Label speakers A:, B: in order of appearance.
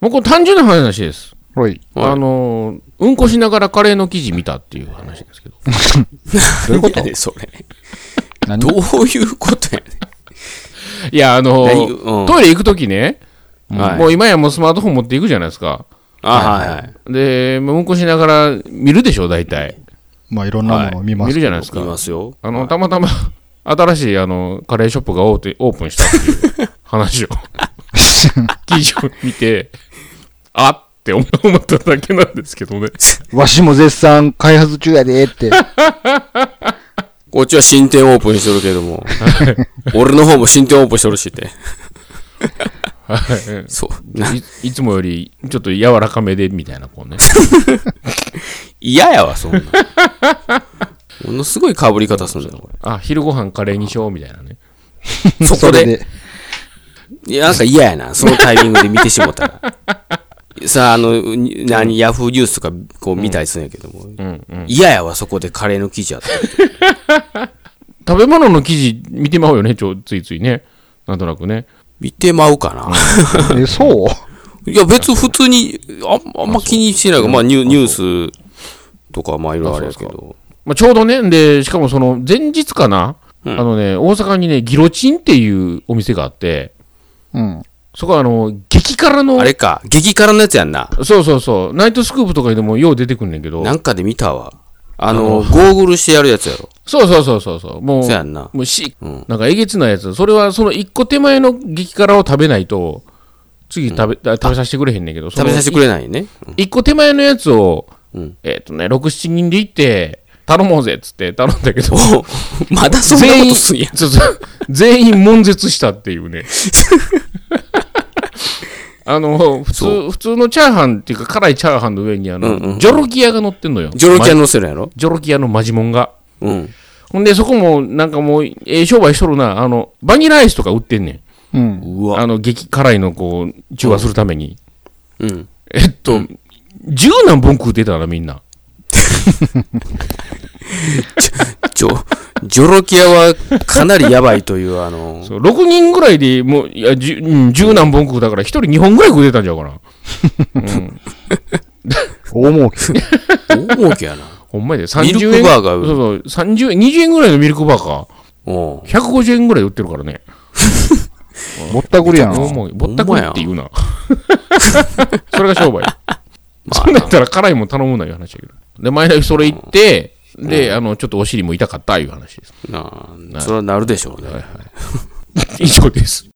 A: もうこれ単純な話です。
B: はい。
C: はい
A: あのー、うんこしながらカレーの記事見たっていう話ですけど。
B: どういうこと
C: やねんそれ。
B: 何
C: どういうことやね
A: いや、あの
C: 何
A: ー、
C: うん
A: トイレ行くときね、
C: ん。はい
A: もう今やもうスマートフォン持っていくじゃないですか。
C: あ、はいはい。
A: で、もううんこしながら見るでしょ、大体。
B: まあいろんなものを見ま
A: 見
B: す
A: る
B: け
A: じ
B: ど。
A: ゃないです
C: い
A: か。
C: ますよ。
A: あの、たまたま、新しい、あの、カレーショップがオープンオープンしたっていう 話を、記事を見て、あって思っただけなんですけどね。
B: わしも絶賛開発中やでって。
C: こっちは新店オープンしとるけ ども。俺の方も新店オープンしとるしって。
A: はい
C: そう。ない
A: いつもより、ちょっと柔らかめで、みたいな、こうね。
C: 嫌やわ、そんなん。ものすごい被り方すんだよ、こ
A: あ、昼ご飯カレーにしよう、みたいなね。
C: れ。そ
B: そ
C: こ
B: れ
C: で。
B: で。
C: いや、なんか嫌やな。そのタイミングで見てしもたら。 さあ、あの、に何、ヤフーニュースとか、こう見たりするんやけども。
A: うんうん。
C: 嫌やわ、そこでカレーの記事やったら。
A: 食べ物の記事見てまうよね、ちょ、ついついね。なんとなくね。
C: 見てまうかな。
B: え、そう
C: いや、別に普通に、あんあんま気にしてないから、まあニュニュースとか、まあいろいろあるやけど。
A: まあ、ちょうどね、で、しかもその、前日かな、
C: うん
A: あのね、大阪にね、ギロチンっていうお店があって、
B: うん。
A: そこはあの、激辛の
C: あ、れか、激辛のやつやんな。
A: そうそうそう、ナイトスクープとかでもよう出てくんねんけど
C: な、んかで見たわ。あの、ゴーグルしてやるやつやろ。
A: そうそうそうそうそう、もう
C: そ、やんな。
A: もうし、
C: うん。
A: なんかえげつないやつ、それはその一個手前の激辛を食べないと、次食べ、あ食べさせてくれへんねんけど、
C: 食べさせてく
A: れ
C: れないね。
A: 一個手前のやつを、
C: うん
A: えっ、とね、6、7人で行って、頼もうぜっつって頼んだけど、
C: お まだそんな
A: 全
C: こ
A: 員
C: とすんやん。
A: そうそう 全員悶絶したっていう ね。あの、普
C: そ
A: 通、普通のチャーハンっていうか、辛いチャーハンの上に、あの、
C: うんうん
A: ジョロキアが乗ってんのよ。
C: ジョロキア
A: ま
C: 乗せるやろ
A: ジョロキアのマジモンが。
C: うん。
A: ほんで、そこも、なんかもう、ええ商売しとるな。あの、バニラアイスとか売ってんねん。
B: うん。
C: うわ。
A: あの、激辛いの、こう、中和するために。
C: うん。
A: えっと、十何本食うてたな、みんな。
C: ジョ、ジョロキアはかなりやばいという、あの、
A: そう、6人ぐらいでもう、いや、十、うん十何本食うだから、一人二本ぐらい食うてたんちゃうかな。
B: 大儲け。
C: 大儲けやな。
A: ほんまやで、
C: ミル
A: 30円。
C: クバーガー売
A: そう
C: る
A: そう、30円、20円ぐらいのミルクバーガー、
C: おう
A: 150円ぐらいで売ってるからね。
B: ぼったくりやな。
A: もう、ぼったくりって言うな。 それが商売。
C: まあ
A: そんなんやったら辛いもん頼むないう話やけど。で、前の日それ行って、で、あの、ちょっとお尻も痛かったいう話です。
C: なあ、それはなるでしょうね。
A: 以上です。